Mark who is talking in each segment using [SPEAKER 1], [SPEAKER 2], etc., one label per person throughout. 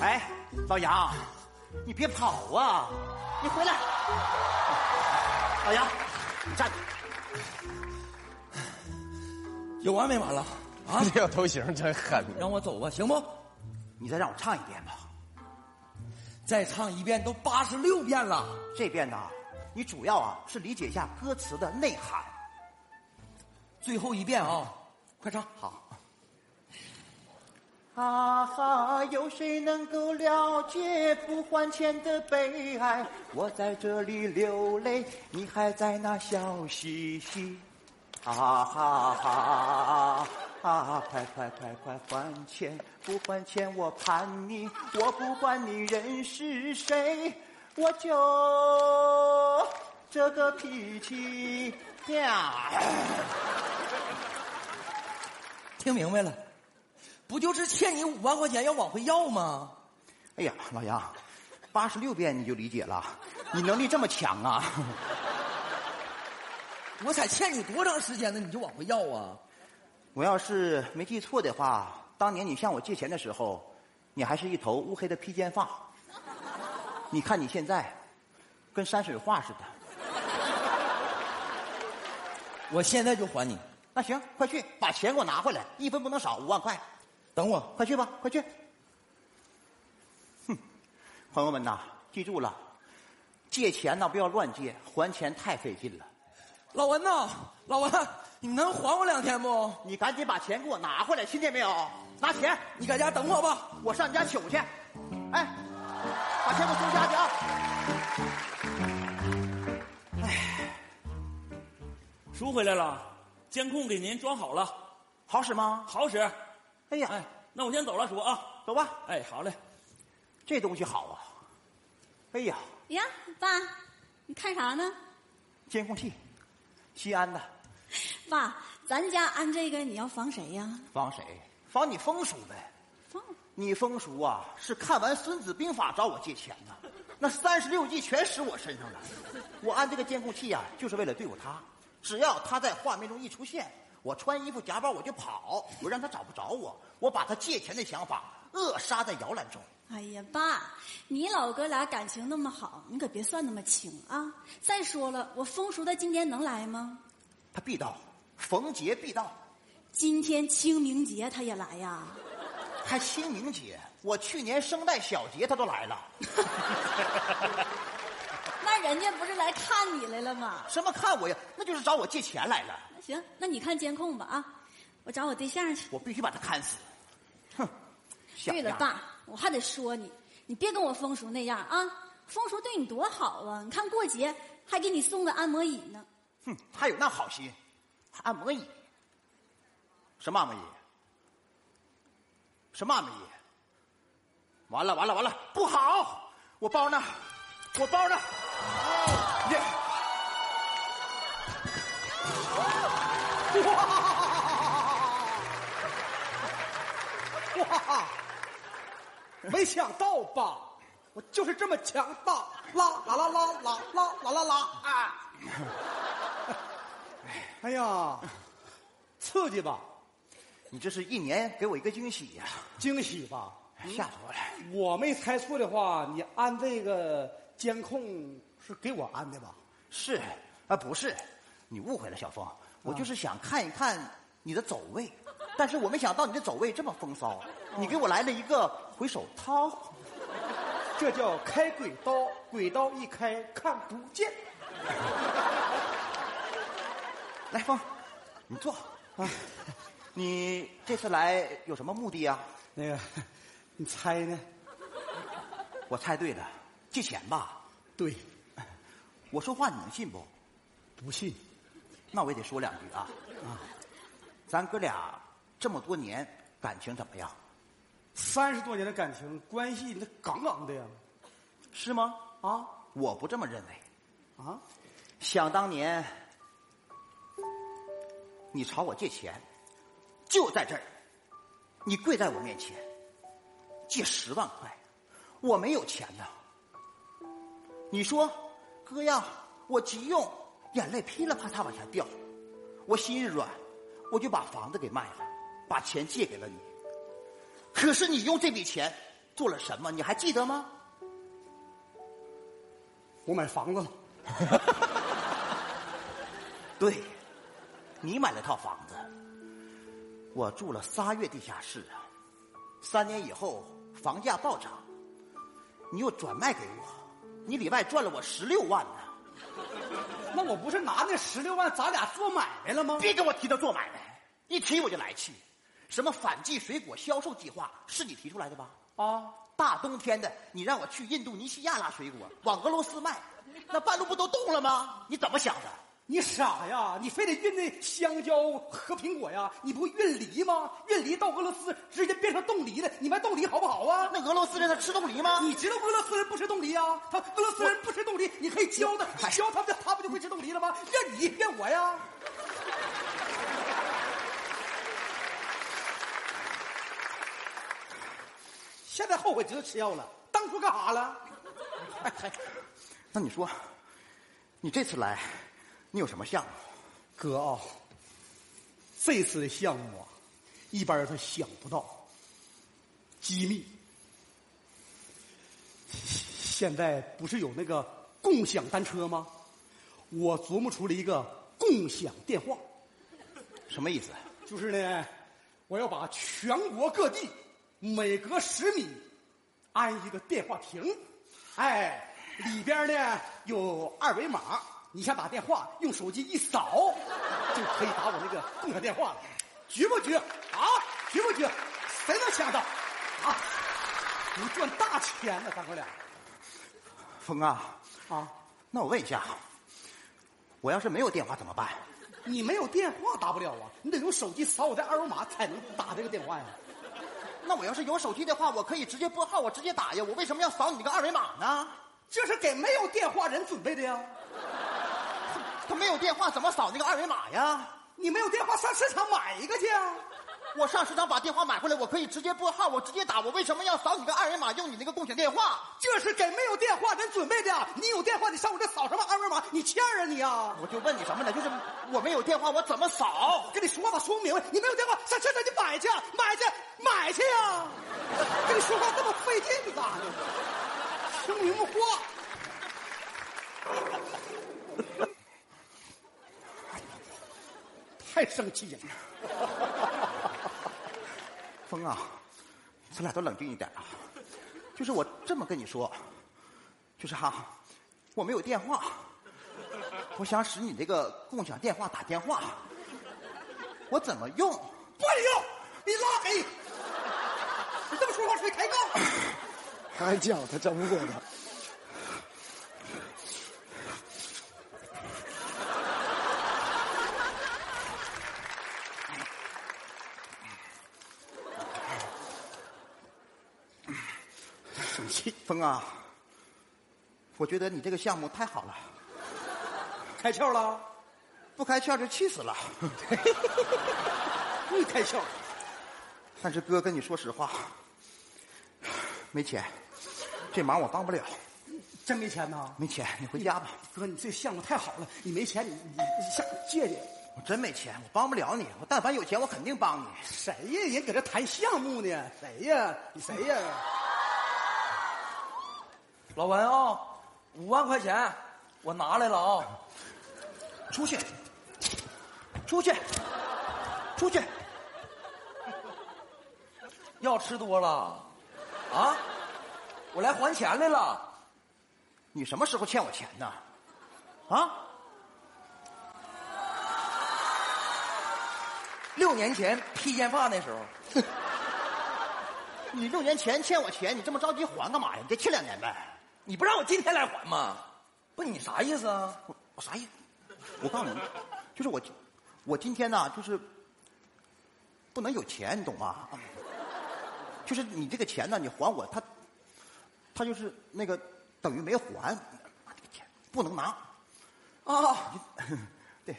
[SPEAKER 1] 哎老杨，你别跑啊！你回来，老杨，站住！
[SPEAKER 2] 有完没完了？啊，
[SPEAKER 3] 这个头型真狠。
[SPEAKER 2] 让我走吧，行不？
[SPEAKER 1] 你再让我唱一遍吧。
[SPEAKER 2] 再唱一遍都八十六遍了，
[SPEAKER 1] 这遍呢，你主要啊是理解一下歌词的内涵。
[SPEAKER 2] 最后一遍啊、快唱！
[SPEAKER 1] 好。啊哈！有谁能够了解不还钱的悲哀？我在这里流泪，你还在那笑嘻嘻。啊哈哈！啊，快快快快还钱！不还钱我盘你，我不管你人是谁，我就这个脾气呀！
[SPEAKER 2] 听明白了，不就是欠你五万块钱要往回要吗？
[SPEAKER 1] 哎呀，老杨，八十六遍你就理解了，你能力这么强啊！
[SPEAKER 2] 我才欠你多长时间呢，你就往回要啊？
[SPEAKER 1] 我要是没记错的话，当年你向我借钱的时候，你还是一头乌黑的披肩发。你看你现在，跟山水画似的。
[SPEAKER 2] 我现在就还你，
[SPEAKER 1] 那行，快去把钱给我拿回来，一分不能少，五万块，
[SPEAKER 2] 等我。
[SPEAKER 1] 快去吧，快去。哼，朋友们呐，记住了，借钱呢不要乱借，还钱太费劲了。
[SPEAKER 2] 老文呐，老文，你能还我两天不？
[SPEAKER 1] 你赶紧把钱给我拿回来，听见没有？拿钱，
[SPEAKER 2] 你搁家等我吧。
[SPEAKER 1] 我上你家取去。哎，把钱给我收家去啊！
[SPEAKER 4] 赎回来了，监控给您装好了，
[SPEAKER 1] 好使吗？
[SPEAKER 4] 好使。
[SPEAKER 1] 哎呀，
[SPEAKER 4] 哎，那我先走了，叔啊。
[SPEAKER 1] 走吧，
[SPEAKER 4] 哎，好嘞。
[SPEAKER 1] 这东西好啊！哎呀，
[SPEAKER 5] 呀，爸，你看啥呢？
[SPEAKER 1] 监控器，西安的，
[SPEAKER 5] 爸，咱家安这个，你要防谁呀？
[SPEAKER 1] 防谁？防你风叔呗。
[SPEAKER 5] 放
[SPEAKER 1] 你风叔啊，是看完《孙子兵法》找我借钱呢、那三十六计全使我身上了。我安这个监控器啊，就是为了对付他。只要他在画面中一出现，我穿衣服夹包我就跑，我让他找不着我。我把他借钱的想法扼杀在摇篮中。
[SPEAKER 5] 哎呀，爸，你老哥俩感情那么好，你可别算那么清啊！再说了，我风叔他今天能来吗？
[SPEAKER 1] 他必到，逢节必到。
[SPEAKER 5] 今天清明节他也来呀？
[SPEAKER 1] 还清明节，我去年声带小节他都来了，
[SPEAKER 5] 那人家不是来看你来了吗？
[SPEAKER 1] 什么看我呀？那就是找我借钱来了，
[SPEAKER 5] 那行，那你看监控吧啊！我找我对象去。
[SPEAKER 1] 我必须把他砍死。哼，小
[SPEAKER 5] 对了
[SPEAKER 1] 样，
[SPEAKER 5] 爸，我还得说你，你别跟我风叔那样啊！风叔对你多好啊！你看过节还给你送个按摩椅呢。
[SPEAKER 1] 哼，他有那好心，还按摩椅，什么按摩椅？什么按摩椅？完了完了完了，不好，我包呢，我包呢，耶、
[SPEAKER 6] 哇，没想到吧？我就是这么强大！啦啦啦啦啦啦啦啦啦！啊！哎呀，刺激吧，
[SPEAKER 1] 你这是一年给我一个惊喜呀、
[SPEAKER 6] 惊喜吧！
[SPEAKER 1] 吓死我了！
[SPEAKER 6] 我没猜错的话，你安这个监控是给我安的吧？
[SPEAKER 1] 是啊，不是，你误会了，小峰，我就是想看一看你的走位，但是我没想到你的走位这么风骚，你给我来了一个回手掏，
[SPEAKER 6] 这叫开鬼刀，鬼刀一开看不见。
[SPEAKER 1] 来，峰，你坐啊， 你这次来有什么目的啊？
[SPEAKER 6] 那个， 你猜呢？
[SPEAKER 1] 我猜对了，借钱吧，
[SPEAKER 6] 对，
[SPEAKER 1] 我说话你能信不？
[SPEAKER 6] 不信。
[SPEAKER 1] 那我也得说两句啊，咱哥俩这么多年感情怎么样？
[SPEAKER 6] 三十多年的感情关系，那杠杠的呀！
[SPEAKER 1] 是吗？
[SPEAKER 6] 啊
[SPEAKER 1] 我不这么认为。
[SPEAKER 6] 啊，
[SPEAKER 1] 想当年，你朝我借钱，就在这儿，你跪在我面前，借十万块，我没有钱呐。你说，哥呀，我急用，眼泪噼里啪啦往下掉，我心一软，我就把房子给卖了，把钱借给了你。可是你用这笔钱做了什么？你还记得吗？
[SPEAKER 6] 我买房子了，
[SPEAKER 1] 对，你买了套房子，我住了仨月地下室啊。三年以后房价暴涨，你又转卖给我，你里外赚了我十六万呢、
[SPEAKER 6] 那我不是拿那十六万咱俩做买卖了吗？
[SPEAKER 1] 别跟我提他做买卖，一提我就来气。什么反季水果销售计划是你提出来的吧？
[SPEAKER 6] 啊，
[SPEAKER 1] 大冬天的，你让我去印度尼西亚拉水果，往俄罗斯卖，那半路不都冻了吗？你怎么想的？
[SPEAKER 6] 你傻呀？你非得运那香蕉和苹果呀？你不运梨吗？运梨到俄罗斯直接变成冻梨了，你卖冻梨好不好啊？
[SPEAKER 1] 那俄罗斯人他吃冻梨吗？
[SPEAKER 6] 你知道俄罗斯人不吃冻梨啊？他俄罗斯人不吃冻梨，你可以教他，你教他们，他不就会吃冻梨了吗？怨你怨我呀？ 现在后悔就吃药了，当初干啥了？
[SPEAKER 1] 那你说，你这次来，你有什么项目？
[SPEAKER 6] 哥啊、这次的项目啊，一般人他想不到，机密。现在不是有那个共享单车吗？我琢磨出了一个共享电话，
[SPEAKER 1] 什么意思？
[SPEAKER 6] 就是呢，我要把全国各地每隔十米安一个电话亭，哎，里边呢有二维码，你想打电话，用手机一扫就可以打我那个共享电话了，绝不绝啊？绝不绝？谁能想到啊？能赚大钱呢，咱哥俩
[SPEAKER 1] 峰啊，
[SPEAKER 6] 啊！
[SPEAKER 1] 那我问一下，我要是没有电话怎么办？
[SPEAKER 6] 你没有电话打不了啊，你得用手机扫我的二维码才能打这个电话呀、
[SPEAKER 1] 那我要是有手机的话，我可以直接拨号，我直接打呀。我为什么要扫你那个二维码呢？
[SPEAKER 6] 这是给没有电话人准备的呀。
[SPEAKER 1] 他没有电话怎么扫那个二维码呀？
[SPEAKER 6] 你没有电话上市场买一个去啊！
[SPEAKER 1] 我上市场把电话买回来，我可以直接拨号，我直接打。我为什么要扫你个二维码，用你那个共享电话？
[SPEAKER 6] 这是给没有电话人准备的呀！你有电话，你上我这扫什么二维码？你欠儿啊你啊！
[SPEAKER 1] 我就问你什么呢？就是我没有电话，我怎么扫？
[SPEAKER 6] 跟你说吧，说不明白，你没有电话，上市场去买去，啊买去，买去呀！跟你说话这么费劲干啥呢？听明白话，太生气了。
[SPEAKER 1] 峰啊，咱俩都冷静一点啊。就是我这么跟你说，就是哈、我没有电话，我想使你这个共享电话打电话，我怎么用？
[SPEAKER 6] 不理用，你拉黑！你这么说话谁开杠？
[SPEAKER 3] 还犟，他整不过他。
[SPEAKER 1] 生气，峰啊，我觉得你这个项目太好了，
[SPEAKER 6] 开窍了。
[SPEAKER 1] 不开窍就气死了。
[SPEAKER 6] 终于开窍了。
[SPEAKER 1] 但是哥跟你说实话，没钱，这忙我帮不了，
[SPEAKER 6] 真没钱呐？
[SPEAKER 1] 没钱你回家吧。
[SPEAKER 6] 哥，你这项目太好了，你没钱你你你向借借。
[SPEAKER 1] 我真没钱，我帮不了你。我但凡有钱，我肯定帮你。
[SPEAKER 6] 谁呀？人搁这谈项目呢？谁呀？你谁呀？
[SPEAKER 2] 老文啊、五万块钱我拿来了啊、
[SPEAKER 1] 出去，出去，出去！
[SPEAKER 2] 药吃多了，啊，我来还钱来了。
[SPEAKER 1] 你什么时候欠我钱呢？啊？
[SPEAKER 2] 六年前披肩发那时候，
[SPEAKER 1] 你六年前欠我钱，你这么着急还干嘛呀？你再欠两年呗。
[SPEAKER 2] 你不让我今天来还吗？不，你啥意思啊？
[SPEAKER 1] 我我啥意思？我告诉你，就是我，我今天呢、就是不能有钱，你懂吗？就是你这个钱呢，你还我，他他就是那个等于没还，拿这个钱不能拿。
[SPEAKER 2] 啊，
[SPEAKER 1] 对，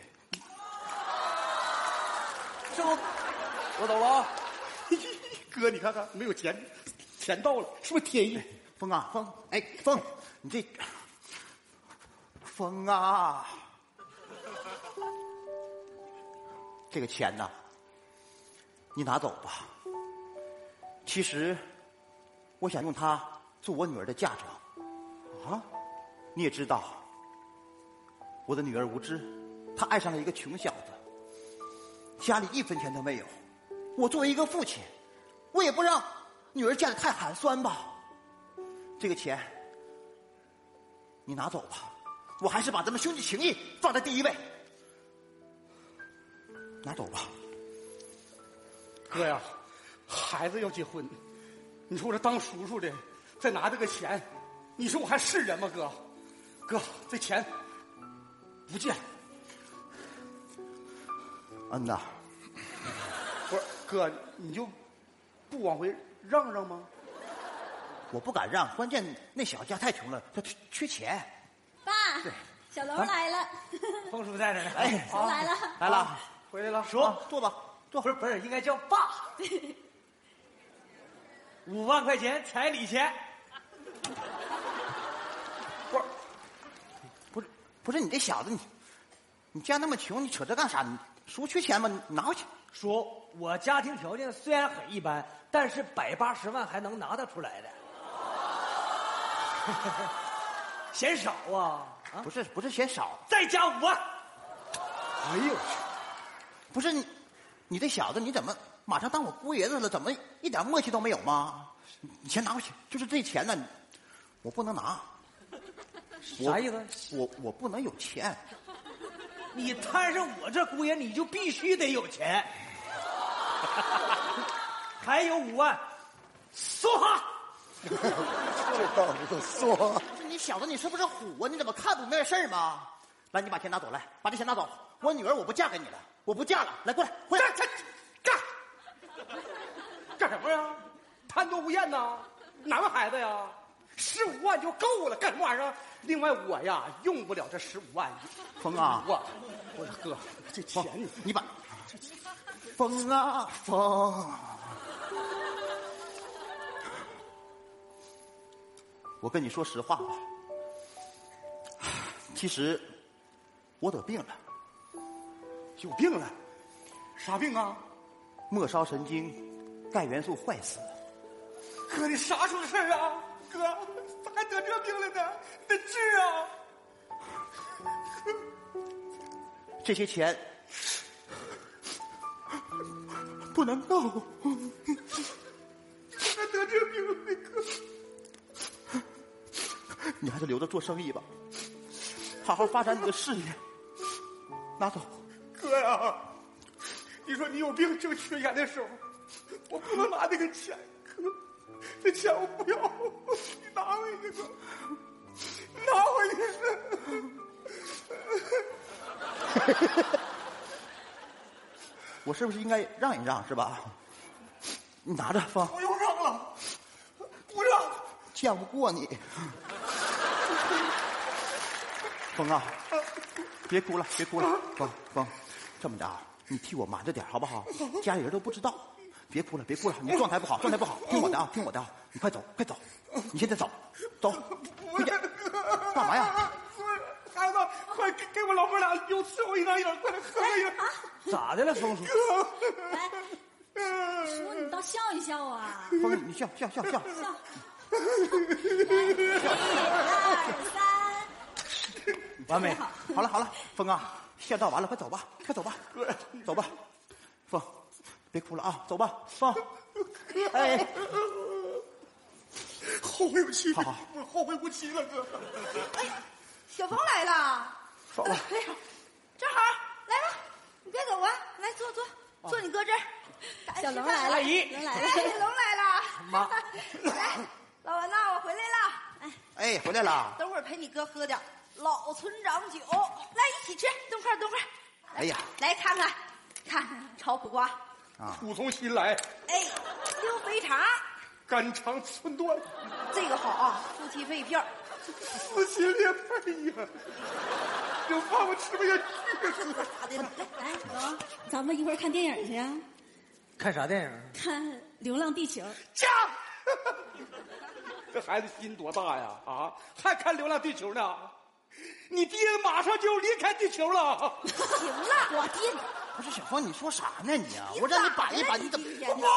[SPEAKER 2] 这不，我走了啊。
[SPEAKER 6] 哥，你看看，没有钱，钱到了，是不是天意？
[SPEAKER 1] 风啊风，哎风，你这风啊，这个钱呐，你拿走吧。其实我想用它做我女儿的嫁妆。啊，你也知道，我的女儿无知，她爱上了一个穷小子，家里一分钱都没有。我作为一个父亲，我也不让女儿嫁得太寒酸吧。这个钱你拿走吧，我还是把咱们兄弟情谊放在第一位。拿走吧。
[SPEAKER 6] 哥呀， 孩子要结婚，你说我这当叔叔的再拿这个钱，你说我还是人吗？哥，哥，这钱不见。
[SPEAKER 1] 嗯呐，
[SPEAKER 6] 不是哥，你就不往回让让吗？
[SPEAKER 1] 我不敢让，关键那小子家太穷了，他缺缺钱。
[SPEAKER 5] 爸，小楼来了，
[SPEAKER 2] 风叔在这呢。
[SPEAKER 1] 哎，
[SPEAKER 5] 楼 来了。
[SPEAKER 1] 来了，
[SPEAKER 6] 啊回来了，
[SPEAKER 1] 说、啊坐吧，坐。
[SPEAKER 2] 不是不是，应该叫 爸。五万块钱彩礼钱，
[SPEAKER 1] 不是不是，你这小子你，你家那么穷，你扯这干啥？你叔缺钱吗？你拿回去。
[SPEAKER 7] 说我家庭条件虽然很一般，但是百八十万还能拿得 出来的，嫌少啊啊！
[SPEAKER 1] 不是不是嫌少，
[SPEAKER 7] 再加五万，
[SPEAKER 6] 哎呦我去，
[SPEAKER 1] 不是你，你这小子你怎么马上当我姑爷子了？怎么一点默契都没有吗？你你先拿回去，就是这钱呢，你我不能拿。我
[SPEAKER 7] 啥意思？
[SPEAKER 1] 我我不能有钱，
[SPEAKER 7] 你摊上我这姑爷，你就必须得有钱。 还有五万，梭哈！
[SPEAKER 3] 这倒不错。
[SPEAKER 1] 不是你小子你是不是虎啊？你怎么看不明白事儿吗？来，你把钱拿走，来，把这钱拿走。我女儿我不嫁给你了，我不嫁了。来，过来，回来，
[SPEAKER 6] 干干什么呀？贪多无厌呐，哪个孩子呀？十五万就够了，干什么玩意儿啊？另外我呀，用不了这十五万。
[SPEAKER 1] 风啊
[SPEAKER 6] 我我说哥，这钱你
[SPEAKER 1] 你把风啊风，我跟你说实话吧，其实我得病了，
[SPEAKER 6] 有病了，啥病啊？
[SPEAKER 1] 末梢神经钙元素坏死。
[SPEAKER 6] 哥，你啥时候的事儿啊？哥，咋还得这病了呢？得治啊！
[SPEAKER 1] 这些钱不能够。你还是留着做生意吧，好好发展你的事业。拿走，
[SPEAKER 6] 哥呀、你说你有病正缺钱的时候，我不能拿那个钱，哥，这钱我不要，你拿回去，哥，拿回去。
[SPEAKER 1] 我是不是应该让一让是吧？你拿着，方
[SPEAKER 6] 不用让了，不让。
[SPEAKER 1] 犟不过你。风啊，别哭了，别哭了，风风，这么着啊，你替我瞒着点好不好？家里人都不知道。别哭了，别哭了，你状态不好，状态不好，听我的啊，听我的啊，你快走，快走，你现在走，走，
[SPEAKER 6] 不
[SPEAKER 1] 回
[SPEAKER 6] 是
[SPEAKER 1] 家，干嘛呀？？
[SPEAKER 6] 不是孩子，快给给我老婆俩有伺候一张一张，快来喝一个。
[SPEAKER 7] 咋的了，风叔？
[SPEAKER 5] 来，叔，你倒笑一笑 啊！
[SPEAKER 1] 风，你笑笑笑笑，
[SPEAKER 5] 笑。一二三，
[SPEAKER 1] 完美，好了好了，风啊，笑到完了，快走吧，快走吧，走吧，风，别哭了啊，走吧，风，哎。
[SPEAKER 6] 后悔无期，
[SPEAKER 1] 好好啊
[SPEAKER 6] 我后悔无期了，哥。
[SPEAKER 8] 小峰来了，
[SPEAKER 1] 走了，
[SPEAKER 8] 哎呀，正好来吧，你别走啊，来坐坐，
[SPEAKER 1] 哦
[SPEAKER 8] 坐你哥这儿。
[SPEAKER 5] 小龙来了，
[SPEAKER 8] 哎，
[SPEAKER 5] 龙来了，
[SPEAKER 8] 龙来 了，妈，来，老王呐，我回来了，哎，
[SPEAKER 1] 哎，回来了。
[SPEAKER 8] 等会儿陪你哥喝点老村长酒，来一起吃，动筷儿动筷儿，
[SPEAKER 1] 哎呀，
[SPEAKER 8] 来看看，看炒苦瓜，
[SPEAKER 6] 土啊从心来，
[SPEAKER 8] 哎，溜肥肠，
[SPEAKER 6] 肝肠寸断，
[SPEAKER 8] 这个好啊，夫妻肺片儿，
[SPEAKER 6] 撕心裂肺呀！ 有饭我吃不下去，哥。
[SPEAKER 8] 咋的了？
[SPEAKER 5] 来，老王， 咱们一会儿看电影去啊，
[SPEAKER 7] 看啥电影？
[SPEAKER 5] 看《流浪地球》。
[SPEAKER 6] 家。 这孩子心多大呀？啊，还看《流浪地球》呢？你爹马上就离开地球了。啊
[SPEAKER 8] 行了，我
[SPEAKER 1] 不是小芳，你说啥呢你啊？我让你摆一摆，你怎么？
[SPEAKER 8] 我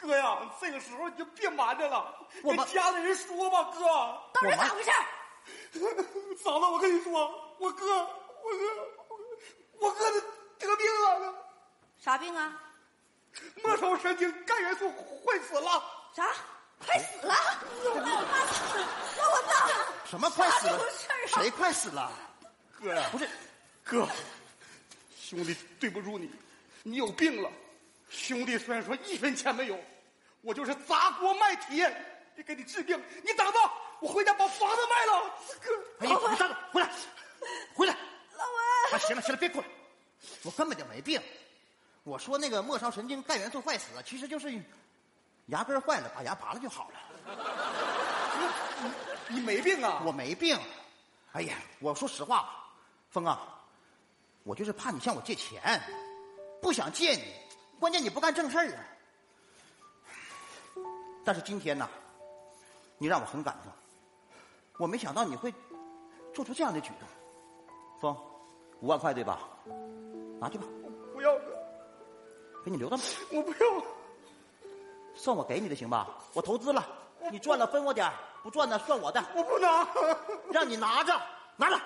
[SPEAKER 6] 哥呀，这个时候你就别瞒着了，
[SPEAKER 2] 我
[SPEAKER 6] 跟
[SPEAKER 2] 们
[SPEAKER 6] 家里人说吧，哥。
[SPEAKER 5] 到底咋回事儿？
[SPEAKER 6] 嫂子，我跟你说，我哥，我哥，我哥得病了，
[SPEAKER 8] 啥病啊？
[SPEAKER 6] 末梢神经钙元素坏死了。
[SPEAKER 8] 啥？快死了！哎我爸死了！那我爸
[SPEAKER 1] 什么快死了
[SPEAKER 8] 啥都是啊？
[SPEAKER 1] 谁快死了？
[SPEAKER 6] 哥呀，不是，哥，兄弟对不住你，你有病了。兄弟虽然说一分钱没有，我就是砸锅卖铁也给你治病。你等着，我回家把房子卖了。
[SPEAKER 1] 哎
[SPEAKER 6] 哥，
[SPEAKER 1] 呀，你站着，回来，回来！
[SPEAKER 8] 老文，
[SPEAKER 1] 啊，行了行了，别过来，我根本就没病。我说那个末梢神经钙元素坏死，其实就是牙根儿坏了，把牙拔了就好了。
[SPEAKER 6] 你没病啊？
[SPEAKER 1] 我没病。哎呀，我说实话吧，峰啊，我就是怕你向我借钱，不想借你，关键你不干正事儿啊。但是今天呐，你让我很感动，我没想到你会做出这样的举动。峰，五万块对吧？拿去吧，
[SPEAKER 6] 不要，
[SPEAKER 1] 给你留着吧，
[SPEAKER 6] 我不要。
[SPEAKER 1] 算我给你的行吧？我投资了，你赚了分我点儿不赚呢算我的，
[SPEAKER 6] 我不拿，
[SPEAKER 1] 让你拿着，拿着。